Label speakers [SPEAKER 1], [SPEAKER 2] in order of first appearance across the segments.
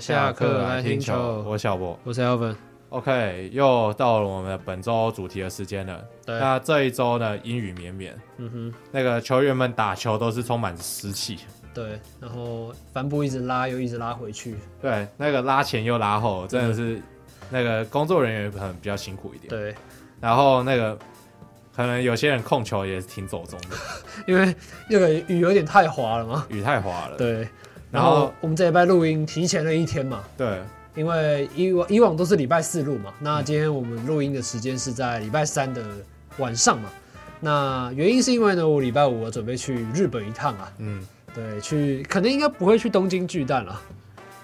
[SPEAKER 1] 下课来听球
[SPEAKER 2] 我是小博。
[SPEAKER 1] 我是 Elvin，
[SPEAKER 2] OK，又到了我们本周主题的时间了。
[SPEAKER 1] 对，
[SPEAKER 2] 那这一周呢，阴雨绵绵，
[SPEAKER 1] 嗯哼，
[SPEAKER 2] 那个球员们打球都是充满湿气。
[SPEAKER 1] 对，然后帆布一直拉又一直拉回去，
[SPEAKER 2] 对，那个拉前又拉后，真的是那个工作人员可能比较辛苦一点。
[SPEAKER 1] 嗯对，
[SPEAKER 2] 然后那个可能有些人控球也是挺走中 的，
[SPEAKER 1] 因为那个雨有点太滑了嘛，
[SPEAKER 2] 雨太滑了。
[SPEAKER 1] 对，然
[SPEAKER 2] 呃然
[SPEAKER 1] 后
[SPEAKER 2] 后
[SPEAKER 1] 我们这礼拜录音提前了一天嘛，
[SPEAKER 2] 对
[SPEAKER 1] 因为以往以往都是礼拜四录嘛，那今天我们录音的时间是在礼拜三的晚上嘛，那原因是因为呢，我礼拜五我准备去日本一趟啊，
[SPEAKER 2] 嗯。
[SPEAKER 1] 对，去可能应该不会去东京巨蛋啊了，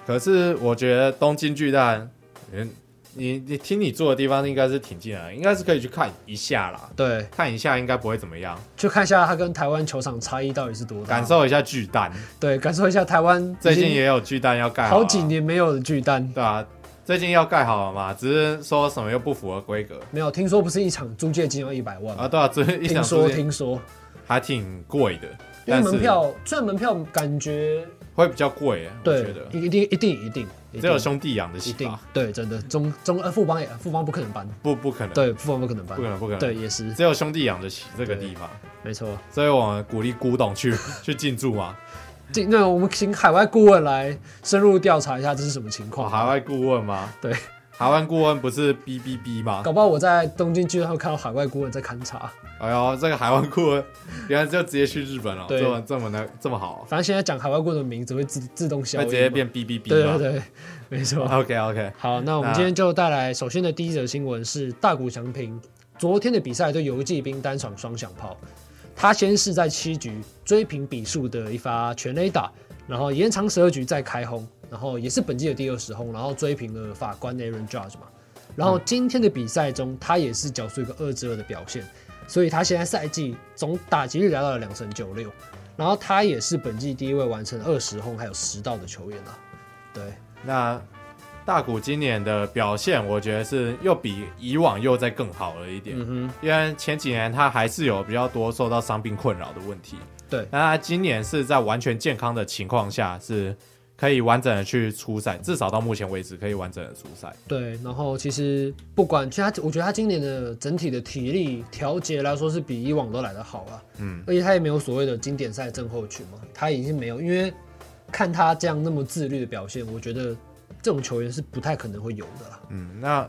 [SPEAKER 2] 可是我觉得东京巨蛋，嗯，你你听你住的地方应该是挺近的，应该是可以去看一下啦，
[SPEAKER 1] 对，
[SPEAKER 2] 看一下应该不会怎么样，
[SPEAKER 1] 去看一下它跟台湾球场差异到底是多大，
[SPEAKER 2] 感受一下巨蛋。
[SPEAKER 1] 对，感受一下台湾
[SPEAKER 2] 最
[SPEAKER 1] 已
[SPEAKER 2] 近
[SPEAKER 1] 经
[SPEAKER 2] 也有巨蛋要盖好啊
[SPEAKER 1] 好几，年没有的巨蛋，
[SPEAKER 2] 对啊，最近要盖好了嘛，只是说什么又不符合规格
[SPEAKER 1] 没有听说不是一场租借金要一百万吗？
[SPEAKER 2] 啊，对啊，只是一
[SPEAKER 1] 听
[SPEAKER 2] 想
[SPEAKER 1] 说
[SPEAKER 2] 出去
[SPEAKER 1] 听说，
[SPEAKER 2] 还挺贵的，
[SPEAKER 1] 因为
[SPEAKER 2] 但
[SPEAKER 1] 门
[SPEAKER 2] 是
[SPEAKER 1] 票虽然门票感觉
[SPEAKER 2] 会比较贵耶，我觉
[SPEAKER 1] 对
[SPEAKER 2] 得，
[SPEAKER 1] 一定一定一定一
[SPEAKER 2] 只有啊
[SPEAKER 1] 定
[SPEAKER 2] 兄弟养得起
[SPEAKER 1] 一定
[SPEAKER 2] 吧？
[SPEAKER 1] 对，真的中中呃富邦也富邦不可能搬，
[SPEAKER 2] 不不可能，
[SPEAKER 1] 对富邦不可能搬
[SPEAKER 2] 不可，能不可能，
[SPEAKER 1] 对也是
[SPEAKER 2] 只有兄弟养得起这个
[SPEAKER 1] 对
[SPEAKER 2] 地方，
[SPEAKER 1] 没错。
[SPEAKER 2] 所以我们鼓励古董去 去进驻嘛，
[SPEAKER 1] 这那我们请海外顾问来深入调查一下这是什么情
[SPEAKER 2] 哇，
[SPEAKER 1] 况。
[SPEAKER 2] 哦海外顾问吗？
[SPEAKER 1] 对，
[SPEAKER 2] 台湾顾问不是 B B B 吗？
[SPEAKER 1] 搞不好我在东京居然会看到海外顾问在勘察。
[SPEAKER 2] 哎呦，这个海湾顾问原来就直接去日本了，
[SPEAKER 1] 对
[SPEAKER 2] 这么这么的这么好，
[SPEAKER 1] 反正现在讲海外顾问的名字会自自动消
[SPEAKER 2] 会
[SPEAKER 1] 音
[SPEAKER 2] 直
[SPEAKER 1] 嘛，
[SPEAKER 2] 接变 B B B
[SPEAKER 1] 对
[SPEAKER 2] 吗
[SPEAKER 1] 对对，没错。
[SPEAKER 2] ？OK OK，
[SPEAKER 1] 好，那我们
[SPEAKER 2] 那
[SPEAKER 1] 今天就带来首先的第一则新闻是大谷翔平昨天的比赛对游击兵单场双响炮，他先是在七局追平比数的一发全垒打，然后延长十二局再开轰，然后也是本季的第二十轰，然后追平了法官 Aaron Judge 嘛。然后今天的比赛中，他也是缴出一个二之二的表现，所以他现在赛季总打击率来到了两成九六，然后他也是本季第一位完成二十轰还有十道的球员啊。对，
[SPEAKER 2] 那大谷今年的表现，我觉得是又比以往又再更好了一点，
[SPEAKER 1] 嗯
[SPEAKER 2] 因为前几年他还是有比较多受到伤病困扰的问题，
[SPEAKER 1] 对
[SPEAKER 2] 那他今年是在完全健康的情况下是。可以完整的去出赛，至少到目前为止可以完整的出赛。
[SPEAKER 1] 对，然后其实不管，其实他我觉得他今年的整体的体力调节来说是比以往都来得好啊。
[SPEAKER 2] 嗯，
[SPEAKER 1] 而且他也没有所谓的经典赛症候群嘛，他已经没有，因为看他这样那么自律的表现，我觉得这种球员是不太可能会有的啦。
[SPEAKER 2] 嗯，那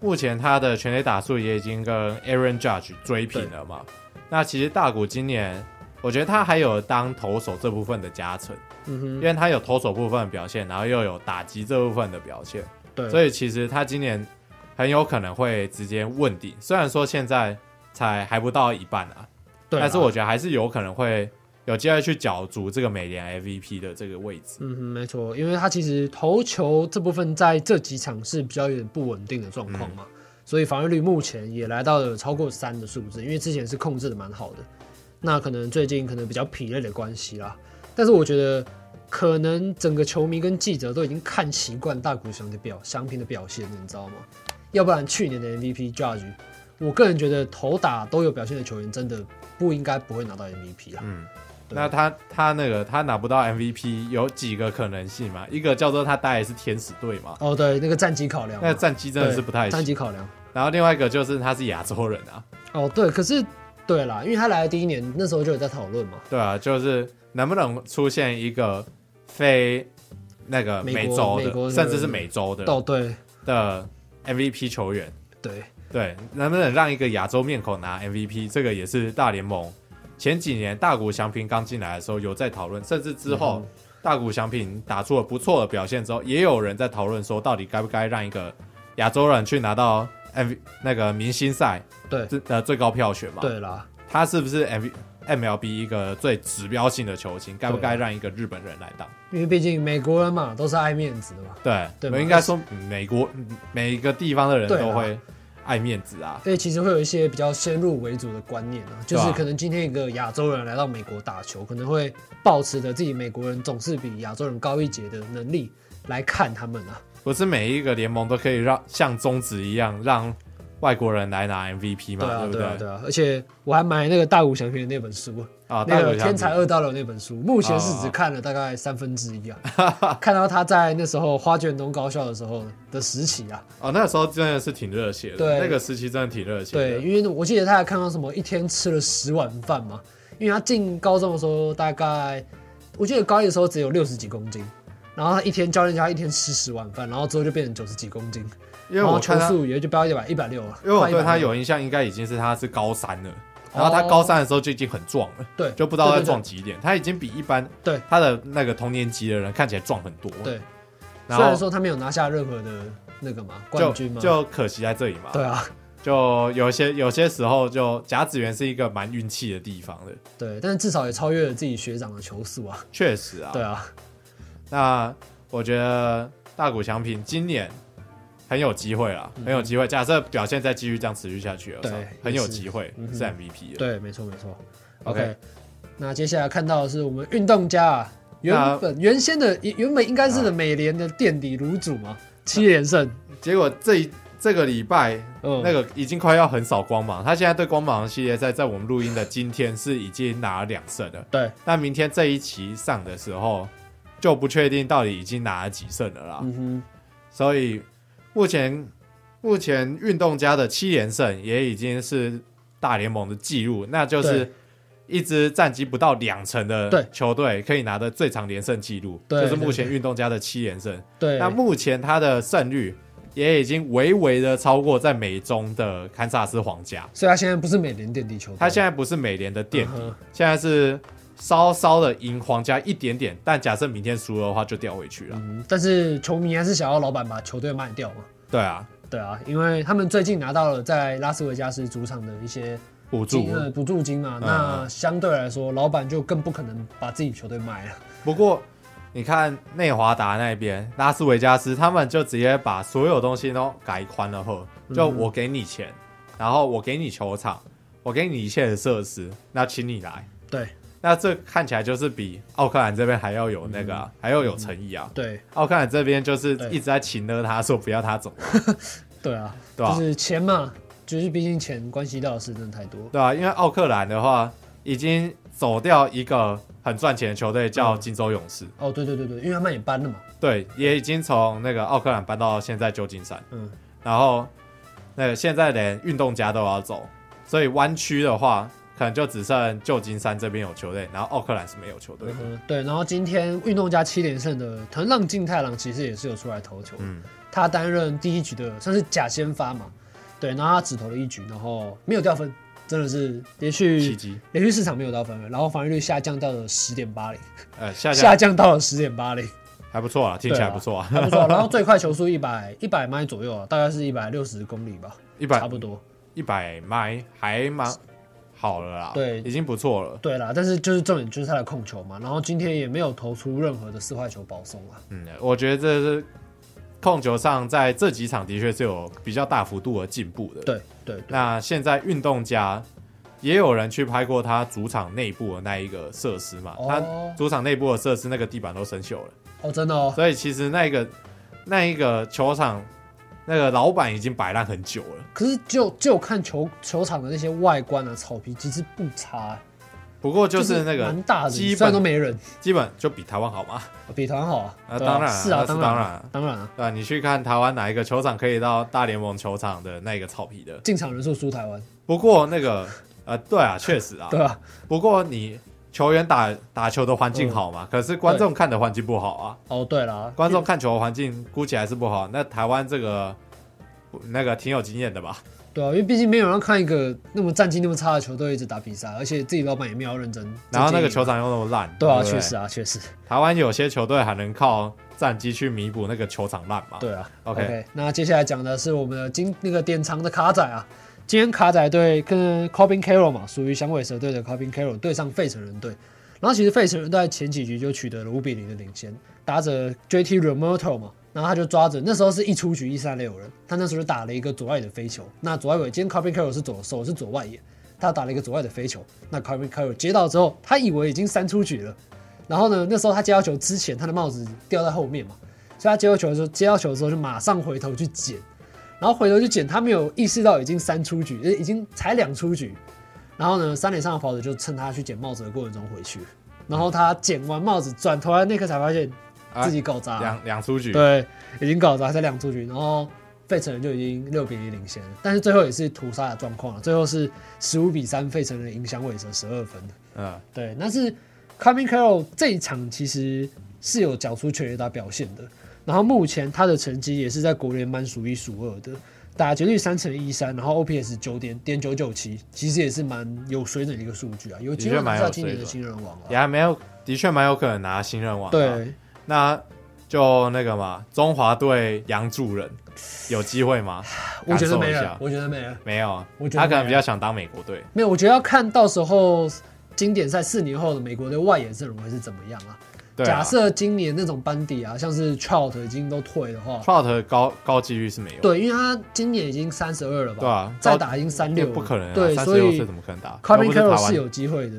[SPEAKER 2] 目前他的全垒打数也已经跟 Aaron Judge 追平了嘛？那其实大谷今年，我觉得他还有当投手这部分的加成，
[SPEAKER 1] 嗯哼，
[SPEAKER 2] 因为他有投手部分的表现，然后又有打击这部分的表现，
[SPEAKER 1] 对，
[SPEAKER 2] 所以其实他今年很有可能会直接问鼎。虽然说现在才还不到一半啊，
[SPEAKER 1] 对啦
[SPEAKER 2] 但是我觉得还是有可能会有机会去角逐这个美联 MVP 的这个位置。
[SPEAKER 1] 嗯哼，没错，因为他其实投球这部分在这几场是比较有点不稳定的状况
[SPEAKER 2] 嗯
[SPEAKER 1] 嘛，所以防御率目前也来到了超过三的数字，因为之前是控制的蛮好的，那可能最近可能比较疲累的关系啦，但是我觉得可能整个球迷跟记者都已经看习惯大谷翔的表翔平的表现了，你知道吗？要不然去年的 MVP Judge，我个人觉得投打都有表现的球员真的不应该不会拿到 MVP 啦，
[SPEAKER 2] 嗯，
[SPEAKER 1] 对
[SPEAKER 2] 那他他那个他拿不到 MVP 有几个可能性嘛？一个叫做他待的是天使队嘛，
[SPEAKER 1] 哦对，那个战绩考量嘛，
[SPEAKER 2] 那战绩真的是不太
[SPEAKER 1] 战
[SPEAKER 2] 行。
[SPEAKER 1] 绩考量。
[SPEAKER 2] 然后另外一个就是他是亚洲人啊，
[SPEAKER 1] 哦，对，可是对啦，因为他来的第一年，那时候就有在讨论嘛。
[SPEAKER 2] 对啊，就是能不能出现一个非那个
[SPEAKER 1] 美
[SPEAKER 2] 美
[SPEAKER 1] 国
[SPEAKER 2] 洲
[SPEAKER 1] 美国
[SPEAKER 2] 的，
[SPEAKER 1] 的
[SPEAKER 2] 甚至是美洲的
[SPEAKER 1] 哦，对
[SPEAKER 2] 的 MVP 球员，
[SPEAKER 1] 对，
[SPEAKER 2] 对，能不能让一个亚洲面孔拿 MVP，这个也是大联盟前几年大谷翔平刚进来的时候有在讨论，甚至之后、
[SPEAKER 1] 嗯
[SPEAKER 2] 大谷翔平打出了不错的表现之后，也有人在讨论说，到底该不该让一个亚洲人去拿到 MV 那个明星赛
[SPEAKER 1] 对
[SPEAKER 2] 最的最高票选嘛？，
[SPEAKER 1] 对啦，
[SPEAKER 2] 他是不是 MV MLB 一个最指标性的球星？该不该让一个日本人来当？
[SPEAKER 1] 因为毕竟美国人嘛，都是爱面子的嘛。
[SPEAKER 2] 对，
[SPEAKER 1] 对
[SPEAKER 2] 我
[SPEAKER 1] 嘛
[SPEAKER 2] 应该说嗯美国嗯每一个地方的人
[SPEAKER 1] 对啊啦
[SPEAKER 2] 都会爱面子啊。
[SPEAKER 1] 所以其实会有一些比较先入为主的观念啊，就
[SPEAKER 2] 对
[SPEAKER 1] 是
[SPEAKER 2] 啊
[SPEAKER 1] 可能今天一个亚洲人来到美国打球，可能会抱持着自己美国人总是比亚洲人高一截的能力来看他们啊。
[SPEAKER 2] 不是每一个联盟都可以让像中职一样让外国人来拿 MVP 嘛，
[SPEAKER 1] 对啊，
[SPEAKER 2] 不
[SPEAKER 1] 对啊，
[SPEAKER 2] 对？
[SPEAKER 1] 对啊，而且我还买那个大谷翔平的那本书，
[SPEAKER 2] 啊，
[SPEAKER 1] 那
[SPEAKER 2] 大
[SPEAKER 1] 个
[SPEAKER 2] 谷
[SPEAKER 1] 《
[SPEAKER 2] 翔
[SPEAKER 1] 天才
[SPEAKER 2] 平，
[SPEAKER 1] 二大楼》那本书，目前
[SPEAKER 2] 哦
[SPEAKER 1] 是只看了大概三分之一啊，看到他在那时候花卷东高校的时候的时期啊，
[SPEAKER 2] 哦，那时候真的是挺热血的，
[SPEAKER 1] 对
[SPEAKER 2] 那个时期真的挺热血
[SPEAKER 1] 对，
[SPEAKER 2] 的。
[SPEAKER 1] 因为我记得他还看到什么一天吃了十碗饭嘛，因为他进高中的时候大概，我记得高一的时候只有六十几公斤，然后他一天教练叫他一天吃十碗饭，然后之后就变成九十几公斤，
[SPEAKER 2] 因为
[SPEAKER 1] 然后
[SPEAKER 2] 我
[SPEAKER 1] 球
[SPEAKER 2] 看他，
[SPEAKER 1] 速也就飙一百一百六了，啊
[SPEAKER 2] 因为我
[SPEAKER 1] 快
[SPEAKER 2] 对他
[SPEAKER 1] 160
[SPEAKER 2] 有印象，应该已经是他是高三了。然后他高三的时候就已经很壮了，
[SPEAKER 1] 对，
[SPEAKER 2] 就不知道
[SPEAKER 1] 对
[SPEAKER 2] 在撞，几点。他已经比一般
[SPEAKER 1] 对
[SPEAKER 2] 他的那个同年级的人看起来壮很多。
[SPEAKER 1] 对对对
[SPEAKER 2] 然
[SPEAKER 1] 虽然
[SPEAKER 2] 后
[SPEAKER 1] 说他没有拿下任何的那个嘛冠
[SPEAKER 2] 就
[SPEAKER 1] 军嘛，
[SPEAKER 2] 就可惜在这里嘛。
[SPEAKER 1] 对啊，
[SPEAKER 2] 就有些有些时候，就甲子园是一个蛮运气的地方的，
[SPEAKER 1] 对，但是至少也超越了自己学长的球速啊，
[SPEAKER 2] 确实啊。
[SPEAKER 1] 对啊，
[SPEAKER 2] 那我觉得大谷翔平今年很有机会啦，很有机会。假设表现再继续这样持续下去的话，
[SPEAKER 1] 嗯对
[SPEAKER 2] 很有
[SPEAKER 1] 也是
[SPEAKER 2] 机会
[SPEAKER 1] 嗯哼
[SPEAKER 2] 是 MVP 的。
[SPEAKER 1] 对，没错没错
[SPEAKER 2] OK
[SPEAKER 1] ，OK，那接下来看到的是我们运动家啊，
[SPEAKER 2] 那啊
[SPEAKER 1] 原本原先的原本应该是美联的垫底卤主嘛，七连胜，
[SPEAKER 2] 结果这一这个礼拜。
[SPEAKER 1] 嗯，
[SPEAKER 2] 那个已经快要很少光芒，他现在对光芒系列赛在我们录音的今天是已经拿了两胜了。
[SPEAKER 1] 对，
[SPEAKER 2] 那明天这一期上的时候就不确定到底已经拿了几胜了啦。
[SPEAKER 1] 嗯哼，
[SPEAKER 2] 所以目前目前运动家的七连胜也已经是大联盟的记录，那就是
[SPEAKER 1] 对
[SPEAKER 2] 一支战绩不到两成的
[SPEAKER 1] 对
[SPEAKER 2] 球队可以拿的最长连胜记录，
[SPEAKER 1] 对
[SPEAKER 2] 就是目前运动家的七连胜。
[SPEAKER 1] 对，
[SPEAKER 2] 那目前他的胜率也已经微微的超过在美中的堪萨斯皇家，
[SPEAKER 1] 所以他现在不是美联垫底球队，
[SPEAKER 2] 他现
[SPEAKER 1] 在
[SPEAKER 2] 在不是美联的
[SPEAKER 1] 嗯
[SPEAKER 2] 垫底，现在是。稍稍的赢皇家一点点，但假设明天输的话就掉回去了。
[SPEAKER 1] 嗯，但是球迷还是想要老板把球队卖掉嘛，
[SPEAKER 2] 对啊，
[SPEAKER 1] 对啊，因为他们最近拿到了在拉斯维加斯主场的一些
[SPEAKER 2] 补助
[SPEAKER 1] 金呃补助金嘛，
[SPEAKER 2] 嗯
[SPEAKER 1] 那相对来说，老板就更不可能把自己球队卖了，
[SPEAKER 2] 不过你看内华达那边，拉斯维加斯他们就直接把所有东西都改宽了后，就我给你钱，然后我给你球场，我给你一切的设施，那请你来。
[SPEAKER 1] 对
[SPEAKER 2] 那这看起来就是比奥克兰这边还要有那个啊、还要有诚意啊！
[SPEAKER 1] 对
[SPEAKER 2] 奥克兰这边就是
[SPEAKER 1] 对
[SPEAKER 2] 一直在请了他说不要他走，
[SPEAKER 1] 对啊，
[SPEAKER 2] 对吧、
[SPEAKER 1] 就是钱嘛，就是毕竟钱关系到的事真的太多。
[SPEAKER 2] 对啊，因为奥克兰的话已经走掉一个很赚钱的球队叫金州勇士，
[SPEAKER 1] 哦，对对对对，因为他们也搬了嘛，
[SPEAKER 2] 对，也已经从那个奥克兰搬到现在旧金山。
[SPEAKER 1] 嗯，
[SPEAKER 2] 然后那个现在连运动家都要走，所以湾区的话，可能就只剩旧金山这边有球队，然后奥克兰是没有球队
[SPEAKER 1] 嗯。哼对。然后今天运动家七连胜的藤浪静太郎其实也是有出来投球，
[SPEAKER 2] 嗯，
[SPEAKER 1] 他担任第一局的算是假先发嘛，对，然后他只投了一局，然后没有掉分，真的是连
[SPEAKER 2] 奇
[SPEAKER 1] 续
[SPEAKER 2] 迹，
[SPEAKER 1] 连续四场没有掉分，然后防御率下降到了十点八零，
[SPEAKER 2] 呃，下
[SPEAKER 1] 下
[SPEAKER 2] 下
[SPEAKER 1] 降到了十点八零，
[SPEAKER 2] 还不错啊，听起来不错啊，
[SPEAKER 1] 还不错。然后最快球速一百一百迈左右啊，大概是一百六十公里吧，
[SPEAKER 2] 一
[SPEAKER 1] 差
[SPEAKER 2] 百
[SPEAKER 1] 不多。
[SPEAKER 2] 一百迈还蛮好了啦，
[SPEAKER 1] 对
[SPEAKER 2] 已经不错了。
[SPEAKER 1] 对啦，但是就是重点就是他的控球嘛，然后今天也没有投出任何的四坏球保送啊。
[SPEAKER 2] 嗯，我觉得这是控球上在这几场的确是有比较大幅度的进步的。
[SPEAKER 1] 对对对，
[SPEAKER 2] 那现在运动家也有人去拍过他主场内部的那一个设施嘛，他
[SPEAKER 1] 哦
[SPEAKER 2] 主场内部的设施那个地板都生锈了，
[SPEAKER 1] 哦，真的哦，
[SPEAKER 2] 所以其实那个那一个球场那个老板已经摆烂很久了。
[SPEAKER 1] 可是就就看球球场的那些外观啊，草皮其实不差，
[SPEAKER 2] 不过就是那个
[SPEAKER 1] 蛮大的，
[SPEAKER 2] 基
[SPEAKER 1] 虽
[SPEAKER 2] 本
[SPEAKER 1] 然都没人，哦
[SPEAKER 2] 基本就比台湾好嘛，
[SPEAKER 1] 比台湾好啊。
[SPEAKER 2] 啊
[SPEAKER 1] 对
[SPEAKER 2] 当然啊
[SPEAKER 1] 是
[SPEAKER 2] 那
[SPEAKER 1] 啊，
[SPEAKER 2] 是
[SPEAKER 1] 当
[SPEAKER 2] 当然
[SPEAKER 1] 然
[SPEAKER 2] 啊
[SPEAKER 1] 啊，当然啊，
[SPEAKER 2] 对吧、你去看台湾哪一个球场可以到大联盟球场的那个草皮的？
[SPEAKER 1] 进场人数输台湾，
[SPEAKER 2] 不过 那个呃，对啊，确实啊，
[SPEAKER 1] 对吧？
[SPEAKER 2] 不过你球员打打球的环境好嘛，可是观众看的环境不好啊，
[SPEAKER 1] 哦，嗯对啦，
[SPEAKER 2] 观众看球的环境估计还是不好。那台湾这个那个挺有经验的吧？
[SPEAKER 1] 对啊，因为毕竟没有人要看一个那么战绩那么差的球队一直打比赛，而且自己老板也没有要认真。
[SPEAKER 2] 然后那个球，场又那么烂，
[SPEAKER 1] 对啊，
[SPEAKER 2] 不
[SPEAKER 1] 确实啊，确实，
[SPEAKER 2] 台湾有些球队还能靠战绩去弥补那个球场烂嘛？
[SPEAKER 1] 对啊。
[SPEAKER 2] ，OK，,
[SPEAKER 1] 那接下来讲的是我们的今那个典藏的卡仔啊，今天卡仔队跟 Corbin Carroll 嘛，属于响尾蛇队的 Corbin Carroll 对上费城人队，然后其实费城人队在前几局就取得了五比零的领先，打者 JT Remoto 嘛，然后他就抓着那时候是一出局一三六人，他那时候就打了一个左外野的飞球，那左外野今天 Corbin Carroll 是左手是左外野，他打了一个左外的飞球，那 Corbin Carroll 接到之后，他以为已经三出局了，然后呢，那时候他接到球之前，他的帽子掉在后面嘛，所以他接到球的时候，接到球的时候就马上回头去捡，然后回头去捡，他没有意识到已经三出局，呃已经才两出局。然后呢，三连上的跑者就趁他去捡帽子的过程中回去，然后他捡完帽子转头来那刻才发现
[SPEAKER 2] 啊
[SPEAKER 1] 自己搞砸了，
[SPEAKER 2] 两两出局，
[SPEAKER 1] 对，已经搞砸才两出局，然后费城人就已经六比一领先了，但是最后也是屠杀的状况了，最后是十五比三，费城人影响尾蛇十二分。
[SPEAKER 2] 嗯，
[SPEAKER 1] 对，但是 Coming Carroll 这一场其实是有缴出全垒打表现的，然后目前他的成绩也是在国联蛮数一数二的，打击率三乘一三，然后 OPS 九点点九九七，其实也是蛮有水准的一个数据啊，有机会
[SPEAKER 2] 的确蛮
[SPEAKER 1] 拿
[SPEAKER 2] 有
[SPEAKER 1] 下今年的
[SPEAKER 2] 水
[SPEAKER 1] 新人王了。
[SPEAKER 2] 也还没有，的确蛮有可能拿新人王。，啊
[SPEAKER 1] 对，
[SPEAKER 2] 那就那个嘛，中华队杨助人有机 会吗？
[SPEAKER 1] 我觉
[SPEAKER 2] 感受
[SPEAKER 1] 得
[SPEAKER 2] 一
[SPEAKER 1] 没了
[SPEAKER 2] 下，
[SPEAKER 1] 我觉得没了。
[SPEAKER 2] 没有
[SPEAKER 1] 我，觉得
[SPEAKER 2] 他可
[SPEAKER 1] 没有
[SPEAKER 2] 能比较想当美国队。
[SPEAKER 1] 没有，我觉得要看到时候经典赛四年后的美国队外野阵容会是怎么样啊。
[SPEAKER 2] 对啊，
[SPEAKER 1] 假设今年那种班底啊，像是 Trout 已经都退的话，
[SPEAKER 2] Trout 高高几率是没有，
[SPEAKER 1] 对，因为他今年已经三十二了吧？
[SPEAKER 2] 对啊
[SPEAKER 1] 再打已经三
[SPEAKER 2] 也
[SPEAKER 1] 六，
[SPEAKER 2] 不可能啊，
[SPEAKER 1] 对，
[SPEAKER 2] 三
[SPEAKER 1] 所
[SPEAKER 2] 十六岁
[SPEAKER 1] 以
[SPEAKER 2] 怎么可能打
[SPEAKER 1] c a r m i n
[SPEAKER 2] 又不是
[SPEAKER 1] Carroll
[SPEAKER 2] 台湾
[SPEAKER 1] 是有机会的，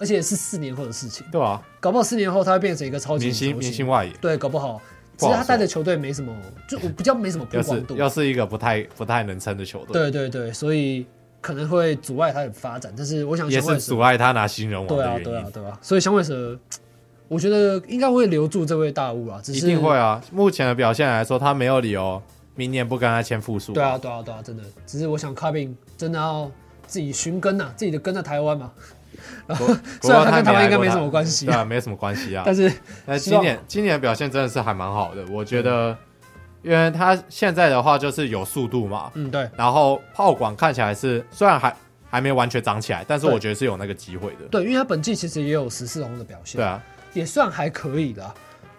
[SPEAKER 1] 而且是四年后的事情，
[SPEAKER 2] 对啊，
[SPEAKER 1] 搞不好四年后他会变成一个超级
[SPEAKER 2] 明星
[SPEAKER 1] 球
[SPEAKER 2] 明星，外野，
[SPEAKER 1] 对，搞不好。只
[SPEAKER 2] 不好
[SPEAKER 1] 是
[SPEAKER 2] 说
[SPEAKER 1] 他带的球队没什么，就我比较没什么曝
[SPEAKER 2] 又
[SPEAKER 1] 光
[SPEAKER 2] 是
[SPEAKER 1] 度。
[SPEAKER 2] 又是一个不太不太能撑的球队，
[SPEAKER 1] 对对对，所以可能会阻碍他的发展。但是我想
[SPEAKER 2] 也
[SPEAKER 1] 响尾蛇
[SPEAKER 2] 是阻碍他拿新人王
[SPEAKER 1] 对
[SPEAKER 2] 的
[SPEAKER 1] 啊，
[SPEAKER 2] 原
[SPEAKER 1] 对啊
[SPEAKER 2] 因，，
[SPEAKER 1] 对啊，所以响尾蛇，我觉得应该会留住这位大物啊，只是
[SPEAKER 2] 一定会啊。目前的表现来说，他没有理由明年不跟他签复数。
[SPEAKER 1] 对啊，，对啊，对啊，真的，只是我想 c a r i n 真的要自己寻根啊，自己的根在台湾嘛，
[SPEAKER 2] 不
[SPEAKER 1] 虽然
[SPEAKER 2] 过
[SPEAKER 1] 他跟台
[SPEAKER 2] 没
[SPEAKER 1] 湾
[SPEAKER 2] 来
[SPEAKER 1] 应该
[SPEAKER 2] 过
[SPEAKER 1] 没
[SPEAKER 2] 他
[SPEAKER 1] 什么关系
[SPEAKER 2] 对，啊，没什么关系啊。
[SPEAKER 1] 但是
[SPEAKER 2] 那
[SPEAKER 1] 希
[SPEAKER 2] 今
[SPEAKER 1] 望
[SPEAKER 2] 年今年表现真的是还蛮好的，我觉得，因为他现在的话就是有速度嘛，
[SPEAKER 1] 嗯，对，
[SPEAKER 2] 然后炮管看起来是虽然还还没完全长起来，但是
[SPEAKER 1] 对
[SPEAKER 2] 我觉得是有那个机会的。
[SPEAKER 1] 对，因为他本季其实也有十四红的表现，
[SPEAKER 2] 对啊，
[SPEAKER 1] 也算还可以啦。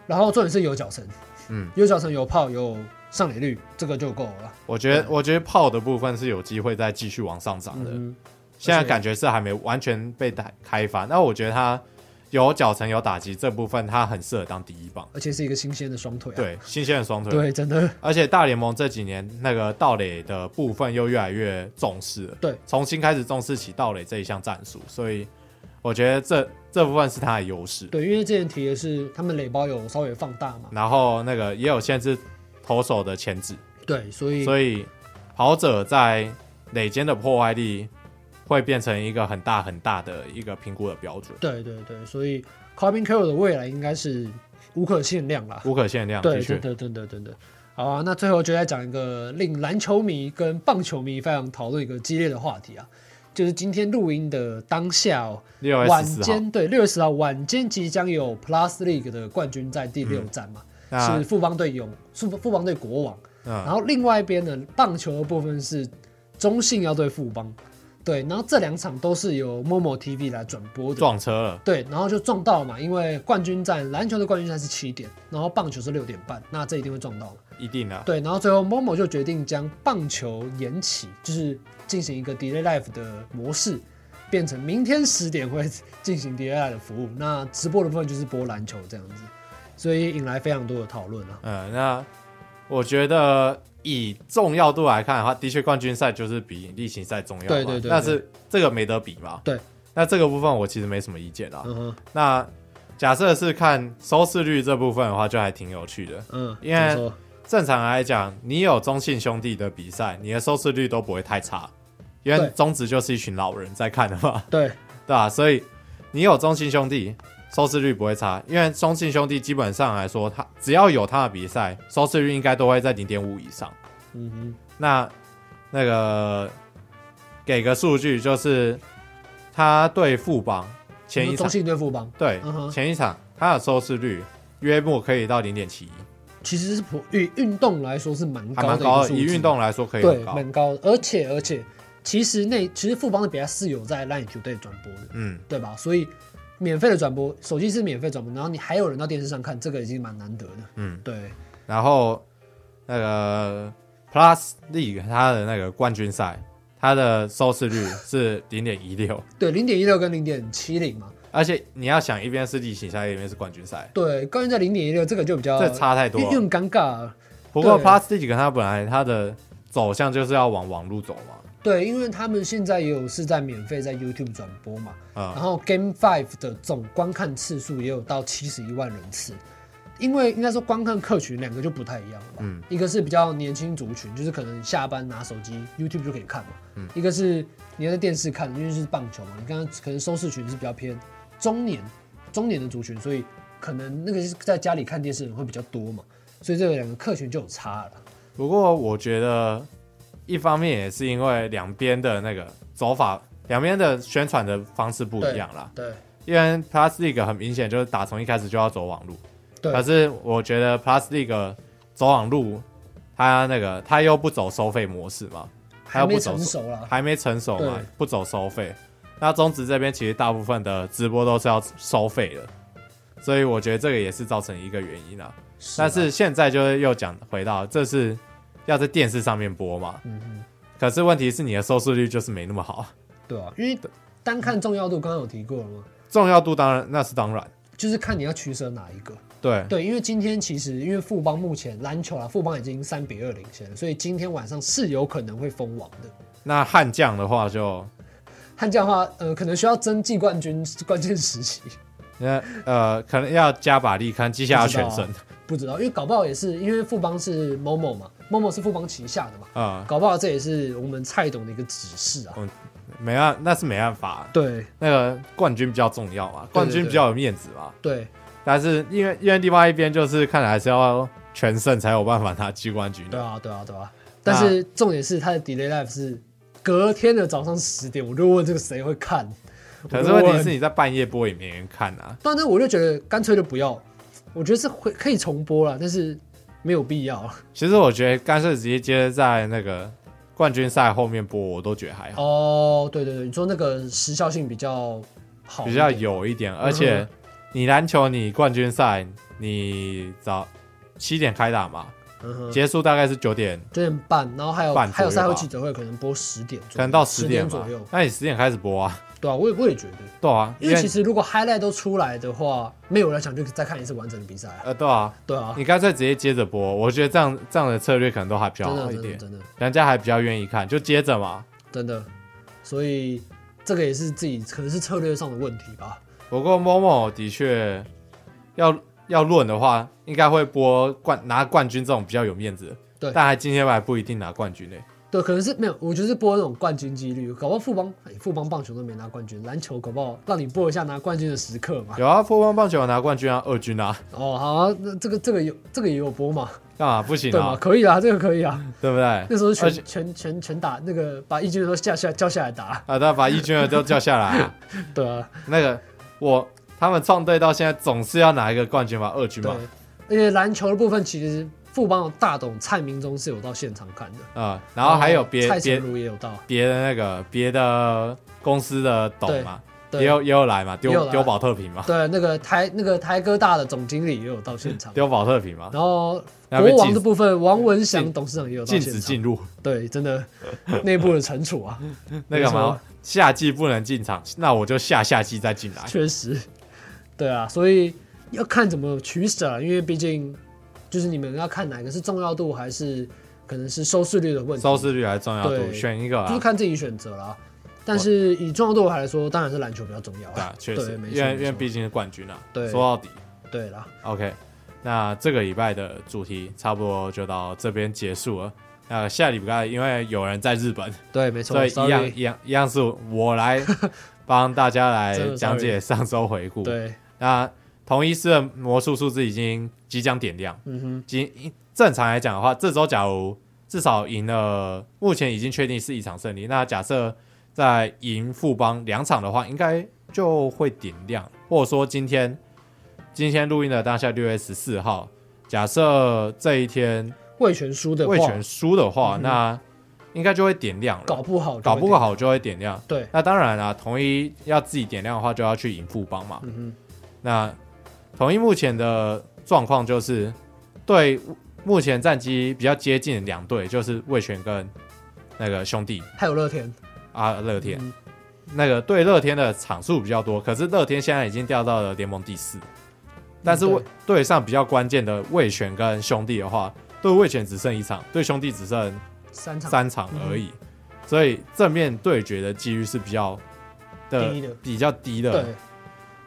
[SPEAKER 1] 然后重点是有脚程，
[SPEAKER 2] 嗯，
[SPEAKER 1] 有脚程有炮有上垒率，这个就够了。
[SPEAKER 2] 我觉得我觉得炮的部分是有机会再继续往上涨的，
[SPEAKER 1] 嗯，
[SPEAKER 2] 现在感觉是还没完全被打开发。那我觉得他有脚程有打击这部分，他很适合当第一棒，
[SPEAKER 1] 而且是一个新鲜的双腿、啊，
[SPEAKER 2] 对， 新鲜的双腿。
[SPEAKER 1] 对，真的，
[SPEAKER 2] 而且大联盟这几年那个盗垒的部分又越来越重视了，
[SPEAKER 1] 对，
[SPEAKER 2] 重新开始重视起盗垒这一项战术，所以我觉得这这部分是他的优势。
[SPEAKER 1] 对，因为之前提的是他们垒包有稍微放大嘛，
[SPEAKER 2] 然后那个也有限制投手的牵制，
[SPEAKER 1] 对，所以
[SPEAKER 2] 所以跑者在垒间的破坏力会变成一个很大很大的一个评估的标准，
[SPEAKER 1] 对对对，所以 Carbon Q 的未来应该是无可限量啦。
[SPEAKER 2] 无可限量，的
[SPEAKER 1] 对，
[SPEAKER 2] 确
[SPEAKER 1] 真，的真的真的。好啊，那最后就再讲一个令篮球迷跟棒球迷非常讨论一个激烈的话题啊，就是今天录音的当下、哦，
[SPEAKER 2] 六月
[SPEAKER 1] 晚
[SPEAKER 2] 十四号，
[SPEAKER 1] 间对六月十号晚间即将有 Plus League 的冠军在第六战嘛，
[SPEAKER 2] 嗯那
[SPEAKER 1] 是富邦队勇富富邦队国王，然
[SPEAKER 2] 嗯，
[SPEAKER 1] 后另外一边呢棒球的部分是中信要对富邦，对，然后这两场都是由 Momo TV 来转播的，
[SPEAKER 2] 撞车了，
[SPEAKER 1] 对，然后就撞到嘛，因为冠军战篮球的冠军战是七点，然后棒球是六点半，那这一定会撞到嘛。
[SPEAKER 2] 一定的，
[SPEAKER 1] 对，然后最后 Momo 就决定将棒球延期，就是进行一个 delay life 的模式，变成明天十点会进行 delay life 的服务。那直播的部分就是播篮球这样子，所以引来非常多的讨论啊。
[SPEAKER 2] 嗯，那我觉得以重要度来看的话，的确冠军赛就是比例行赛重要嘛，
[SPEAKER 1] 对对对
[SPEAKER 2] 但是这个没得比嘛。
[SPEAKER 1] 对。
[SPEAKER 2] 那这个部分我其实没什么意见啦。
[SPEAKER 1] 嗯哼，
[SPEAKER 2] 那假设是看收视率这部分的话，就还挺有趣的。
[SPEAKER 1] 嗯，
[SPEAKER 2] 因为
[SPEAKER 1] 怎么说
[SPEAKER 2] 正常来讲，你有中信兄弟的比赛，你的收视率都不会太差，因为
[SPEAKER 1] 对
[SPEAKER 2] 中职就是一群老人在看的嘛，
[SPEAKER 1] 对
[SPEAKER 2] 对吧、所以你有中信兄弟，收视率不会差，因为中信兄弟基本上来说，他只要有他的比赛，收视率应该都会在零点五以上。
[SPEAKER 1] 嗯哼，
[SPEAKER 2] 那那个给个数据，就是他对富邦前
[SPEAKER 1] 你
[SPEAKER 2] 一
[SPEAKER 1] 说中
[SPEAKER 2] 场，
[SPEAKER 1] 信对富邦
[SPEAKER 2] 对、
[SPEAKER 1] 嗯哼
[SPEAKER 2] 前一场他的收视率约莫可以到零点七一，
[SPEAKER 1] 其实是普运运动来说是蛮
[SPEAKER 2] 还
[SPEAKER 1] 高
[SPEAKER 2] 啊蛮
[SPEAKER 1] 的一个
[SPEAKER 2] 高
[SPEAKER 1] 数
[SPEAKER 2] 的，
[SPEAKER 1] 字，
[SPEAKER 2] 以运动来说可以
[SPEAKER 1] 对
[SPEAKER 2] 很，高。
[SPEAKER 1] 蛮高的。而且而且，其实那其实富邦的比赛是有在烂球队转播的，
[SPEAKER 2] 嗯，
[SPEAKER 1] 对吧？所以免费的转播，手机是免费转播，然后你还有人到电视上看，这个已经蛮难得的。
[SPEAKER 2] 嗯，
[SPEAKER 1] 对
[SPEAKER 2] 然后那个 Plus League 它的那个冠军赛，它的收视率是零点一六，
[SPEAKER 1] 对，零点一六跟零点七零嘛，
[SPEAKER 2] 而且你要想一边是例行赛，一边是冠军赛，
[SPEAKER 1] 对，关于在零点一六这个就比较
[SPEAKER 2] 这差太
[SPEAKER 1] 有
[SPEAKER 2] 多
[SPEAKER 1] 有
[SPEAKER 2] 了。
[SPEAKER 1] 点尴尬了。
[SPEAKER 2] 不过
[SPEAKER 1] 呃对
[SPEAKER 2] Plus League 它本来它的走向就是要往网路走嘛，
[SPEAKER 1] 对，因为他们现在也有是在免费在 YouTube 转播嘛，
[SPEAKER 2] 嗯
[SPEAKER 1] 然后 Game Five 的总观看次数也有到七十一万人次，因为应该说观看客群两个就不太一样了吧。
[SPEAKER 2] 嗯
[SPEAKER 1] 一个是比较年轻族群，就是可能下班拿手机 YouTube 就可以看嘛。
[SPEAKER 2] 嗯
[SPEAKER 1] 一个是你在电视看，因为是棒球嘛，你刚刚可能收视群是比较偏中年中年的族群，所以可能那个是在家里看电视的人会比较多嘛，所以这两个客群就有差了。
[SPEAKER 2] 不过我觉得一方面也是因为两边的那个走法，两边的宣传的方式不一样啦。
[SPEAKER 1] 对
[SPEAKER 2] 因为 Plus League 很明显就是打从一开始就要走网路，
[SPEAKER 1] 对
[SPEAKER 2] 可是我觉得 Plus League 走网路，它那个它又不走收费模式嘛，它
[SPEAKER 1] 还
[SPEAKER 2] 又不
[SPEAKER 1] 没
[SPEAKER 2] 走
[SPEAKER 1] 成熟啦。
[SPEAKER 2] 还没成熟嘛
[SPEAKER 1] 对，
[SPEAKER 2] 不走收费。那中职这边其实大部分的直播都是要收费的，所以我觉得这个也是造成一个原因啊。但
[SPEAKER 1] 啦
[SPEAKER 2] 是现在就是又讲回到，这是要在电视上面播嘛？
[SPEAKER 1] 嗯
[SPEAKER 2] 可是问题是你的收视率就是没那么好，
[SPEAKER 1] 对啊，因为单看重要度，刚刚有提过了嘛，
[SPEAKER 2] 重要度当然那是当然，
[SPEAKER 1] 就是看你要取舍哪一个。
[SPEAKER 2] 对
[SPEAKER 1] 对，因为今天其实因为富邦目前篮球啦，富邦已经三比二领先了，所以今天晚上是有可能会封王的。那
[SPEAKER 2] 那悍将的话就，
[SPEAKER 1] 悍将的话，呃，可能需要争季冠军关键时期，
[SPEAKER 2] 那呃，可能要加把力，看接下来全胜
[SPEAKER 1] 不不知道，因为搞不好也是因为富邦是某某嘛，某某是富邦旗下的嘛，
[SPEAKER 2] 啊、
[SPEAKER 1] 搞不好这也是我们蔡董的一个指示啊。
[SPEAKER 2] 没办，那是没办法，
[SPEAKER 1] 对
[SPEAKER 2] 那个冠军比较重要嘛，冠军比较有面子嘛。
[SPEAKER 1] 对，
[SPEAKER 2] 但是因为因为另外一边就是看来还是要全胜才有办法拿季冠军
[SPEAKER 1] 对
[SPEAKER 2] 的，
[SPEAKER 1] 啊，对啊，对啊。但是重点是他的 delay life 是隔天的早上十点，我就问这个谁会看。
[SPEAKER 2] 可是
[SPEAKER 1] 我
[SPEAKER 2] 问题
[SPEAKER 1] 就是问，
[SPEAKER 2] 你在半夜播也没人看啊。
[SPEAKER 1] 当然我就觉得干脆就不要，我觉得是会可以重播啦，但是没有必要。
[SPEAKER 2] 其实我觉得干脆直接接着在那个冠军赛后面播，我都觉得还好，
[SPEAKER 1] 哦，对对对，你说那个时效性比较好，
[SPEAKER 2] 比较。有一
[SPEAKER 1] 嗯
[SPEAKER 2] 点。而且你篮球你冠军赛你早七点开打嘛，
[SPEAKER 1] 嗯哼，
[SPEAKER 2] 结束大概是九点，
[SPEAKER 1] 九点半，然后还有
[SPEAKER 2] 半左右
[SPEAKER 1] 还有赛后
[SPEAKER 2] 吧
[SPEAKER 1] 记者会，可能播十点左右，
[SPEAKER 2] 可能到
[SPEAKER 1] 十
[SPEAKER 2] 十点
[SPEAKER 1] 左
[SPEAKER 2] 嘛
[SPEAKER 1] 右。。
[SPEAKER 2] 那你十点开始播啊？
[SPEAKER 1] 对啊，我也我也觉得，
[SPEAKER 2] 对啊，
[SPEAKER 1] 因为其实如果 highlight 都出来的话，没有人想去再看一次完整的比赛啊。
[SPEAKER 2] 呃对啊，
[SPEAKER 1] 对啊，
[SPEAKER 2] 你干脆直接接着播，我觉得这样这样的策略可能都还比较
[SPEAKER 1] 真的
[SPEAKER 2] 好一
[SPEAKER 1] 真的
[SPEAKER 2] 点，
[SPEAKER 1] 真的
[SPEAKER 2] 人家还比较愿意看，就接着嘛。
[SPEAKER 1] 真的，所以这个也是自己可能是策略上的问题吧。
[SPEAKER 2] 不过 Momo 的确要要论的话，应该会播冠拿冠军这种比较有面子的。
[SPEAKER 1] 对
[SPEAKER 2] 但还今天还不一定拿冠军呢、
[SPEAKER 1] 对，可能是没有，我就是播那种冠军几率，搞不好富邦、哎富邦棒球都没拿冠军，篮球搞不好让你播一下拿冠军的时刻嘛。
[SPEAKER 2] 有啊，富邦棒球有拿冠军啊，二军啊，
[SPEAKER 1] 哦，好、啊，那这个这个有这个也有播嘛，
[SPEAKER 2] 干嘛不行
[SPEAKER 1] 对吗？
[SPEAKER 2] 啊？
[SPEAKER 1] 可以啊，这个可以啊。
[SPEAKER 2] 对不对？
[SPEAKER 1] 那时候全
[SPEAKER 2] 而且
[SPEAKER 1] 全全全打那个把一军都下下叫下来 打，
[SPEAKER 2] 啊，他把一军的都叫下 来、啊。
[SPEAKER 1] 对啊，
[SPEAKER 2] 那个我他们创队到现在总是要拿一个冠军吧，二军
[SPEAKER 1] 对
[SPEAKER 2] 嘛，。
[SPEAKER 1] 而且篮球的部分，其实富邦的大董蔡明忠是有到现场看的，哦
[SPEAKER 2] 啊、然后还有别
[SPEAKER 1] 蔡
[SPEAKER 2] 别
[SPEAKER 1] 成儒也有到，
[SPEAKER 2] 别的那个别的公司的董嘛，
[SPEAKER 1] 对
[SPEAKER 2] 也有也有来嘛，
[SPEAKER 1] 也有
[SPEAKER 2] 丢
[SPEAKER 1] 来
[SPEAKER 2] 丢保特瓶嘛，
[SPEAKER 1] 对，那个台那个台哥大的总经理也有到现场，
[SPEAKER 2] 丢保特瓶嘛，
[SPEAKER 1] 然后
[SPEAKER 2] 然后被
[SPEAKER 1] 国王
[SPEAKER 2] 禁
[SPEAKER 1] 的部分，王文祥
[SPEAKER 2] 禁
[SPEAKER 1] 董事长也有到
[SPEAKER 2] 禁
[SPEAKER 1] 现
[SPEAKER 2] 止
[SPEAKER 1] 场，
[SPEAKER 2] 进入。
[SPEAKER 1] 对，真的内部的惩处 啊，
[SPEAKER 2] 那个
[SPEAKER 1] 没
[SPEAKER 2] 嘛
[SPEAKER 1] 错，
[SPEAKER 2] 夏季不能进场，那我就下下季再进来。
[SPEAKER 1] 确实，对啊，所以要看怎么取舍啊，因为毕竟就是你们要看哪个是重要度，还是可能是收视率的问题，
[SPEAKER 2] 收视率还是重要度，
[SPEAKER 1] 对
[SPEAKER 2] 选一个
[SPEAKER 1] 就是
[SPEAKER 2] 啊。
[SPEAKER 1] 看自己选择啦。但是以重要度来说，当然是篮球比较重要
[SPEAKER 2] 对
[SPEAKER 1] 啊
[SPEAKER 2] 啊，，确实，
[SPEAKER 1] 没
[SPEAKER 2] 因
[SPEAKER 1] 错，
[SPEAKER 2] 为因为
[SPEAKER 1] 没错
[SPEAKER 2] 毕竟是冠军啊。
[SPEAKER 1] 对
[SPEAKER 2] 说到底啊
[SPEAKER 1] 对啦，
[SPEAKER 2] ，OK，那这个礼拜的主题差不多就到这边结束了。那下礼拜因为有人在日本，
[SPEAKER 1] 对，没
[SPEAKER 2] 所
[SPEAKER 1] 错，
[SPEAKER 2] 以一样
[SPEAKER 1] sorry，
[SPEAKER 2] 一样一样是我来帮大家 来
[SPEAKER 1] 真的
[SPEAKER 2] 讲解上周回顾。
[SPEAKER 1] 对，
[SPEAKER 2] 那同一师的魔术数字已经即将点亮。
[SPEAKER 1] 嗯哼，
[SPEAKER 2] 今正常来讲的话，这周假如至少赢了，目前已经确定是一场胜利。那假设在赢富邦两场的话，应该就会点亮，或者说今天今天录音的当下六月十四号，假设这一天
[SPEAKER 1] 魏全输的话
[SPEAKER 2] 魏全输的话，
[SPEAKER 1] 嗯哼
[SPEAKER 2] 那应该就会点亮了。
[SPEAKER 1] 搞不好，
[SPEAKER 2] 搞不，好就会点亮。
[SPEAKER 1] 对，
[SPEAKER 2] 那当然啦、啊统一要自己点亮的话，就要去赢富邦嘛。
[SPEAKER 1] 嗯
[SPEAKER 2] 那统一目前的状况就是，对目前战绩比较接近的两队，就是魏权跟那个兄弟
[SPEAKER 1] 哼，还有乐天，
[SPEAKER 2] 啊乐天。
[SPEAKER 1] 嗯
[SPEAKER 2] 那个对乐天的场数比较多，可是乐天现在已经掉到了联盟第四。但是
[SPEAKER 1] 嗯对
[SPEAKER 2] 魏对上比较关键的魏权跟兄弟的话，对魏权只剩一场，对兄弟只剩
[SPEAKER 1] 三场
[SPEAKER 2] 三场而已，
[SPEAKER 1] 嗯
[SPEAKER 2] 所以正面对决的几率是比较的
[SPEAKER 1] 低的
[SPEAKER 2] 比较低的。
[SPEAKER 1] 对，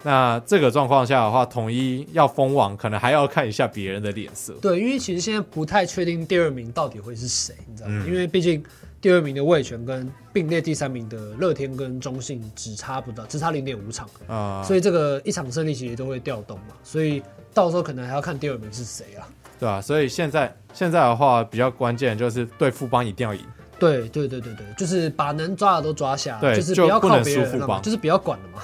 [SPEAKER 2] 那这个状况下的话，统一要封王，可能还要看一下别人的脸色。
[SPEAKER 1] 对，因为其实现在不太确定第二名到底会是谁，你知道吗？
[SPEAKER 2] 嗯
[SPEAKER 1] 因为毕竟第二名的魏权跟并列第三名的乐天跟中信只差不到，只差零点五场，
[SPEAKER 2] 啊、
[SPEAKER 1] 所以这个一场胜利其实都会调动嘛，所以到时候可能还要看第二名是谁啊。
[SPEAKER 2] 对啊，所以现在现在的话，比较关键就是对富邦一定要赢。
[SPEAKER 1] 对对对对对，就是把能抓的都抓下，
[SPEAKER 2] 对
[SPEAKER 1] 就是
[SPEAKER 2] 就
[SPEAKER 1] 不要
[SPEAKER 2] 不
[SPEAKER 1] 靠
[SPEAKER 2] 能
[SPEAKER 1] 别
[SPEAKER 2] 输
[SPEAKER 1] 人
[SPEAKER 2] 富
[SPEAKER 1] 了嘛，
[SPEAKER 2] 邦
[SPEAKER 1] 就是不要管了嘛。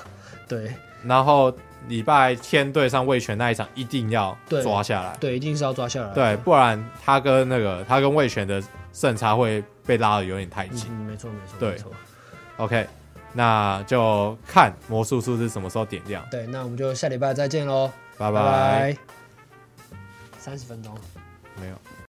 [SPEAKER 1] 对
[SPEAKER 2] 然后礼拜天对上魏权那一场一定要
[SPEAKER 1] 对
[SPEAKER 2] 抓下来，
[SPEAKER 1] 对，一定是要抓下来。
[SPEAKER 2] 对，不然他跟那个他跟魏权的胜差会被拉的有点太
[SPEAKER 1] 嗯，
[SPEAKER 2] 近。
[SPEAKER 1] 嗯没错没错，
[SPEAKER 2] 对
[SPEAKER 1] 没错。嗯
[SPEAKER 2] OK，那就看魔术数是什么时候点亮，
[SPEAKER 1] 对，那我们就下礼拜再见喽，
[SPEAKER 2] 拜
[SPEAKER 1] 拜
[SPEAKER 2] 拜。
[SPEAKER 1] 三十分钟。
[SPEAKER 2] 没有。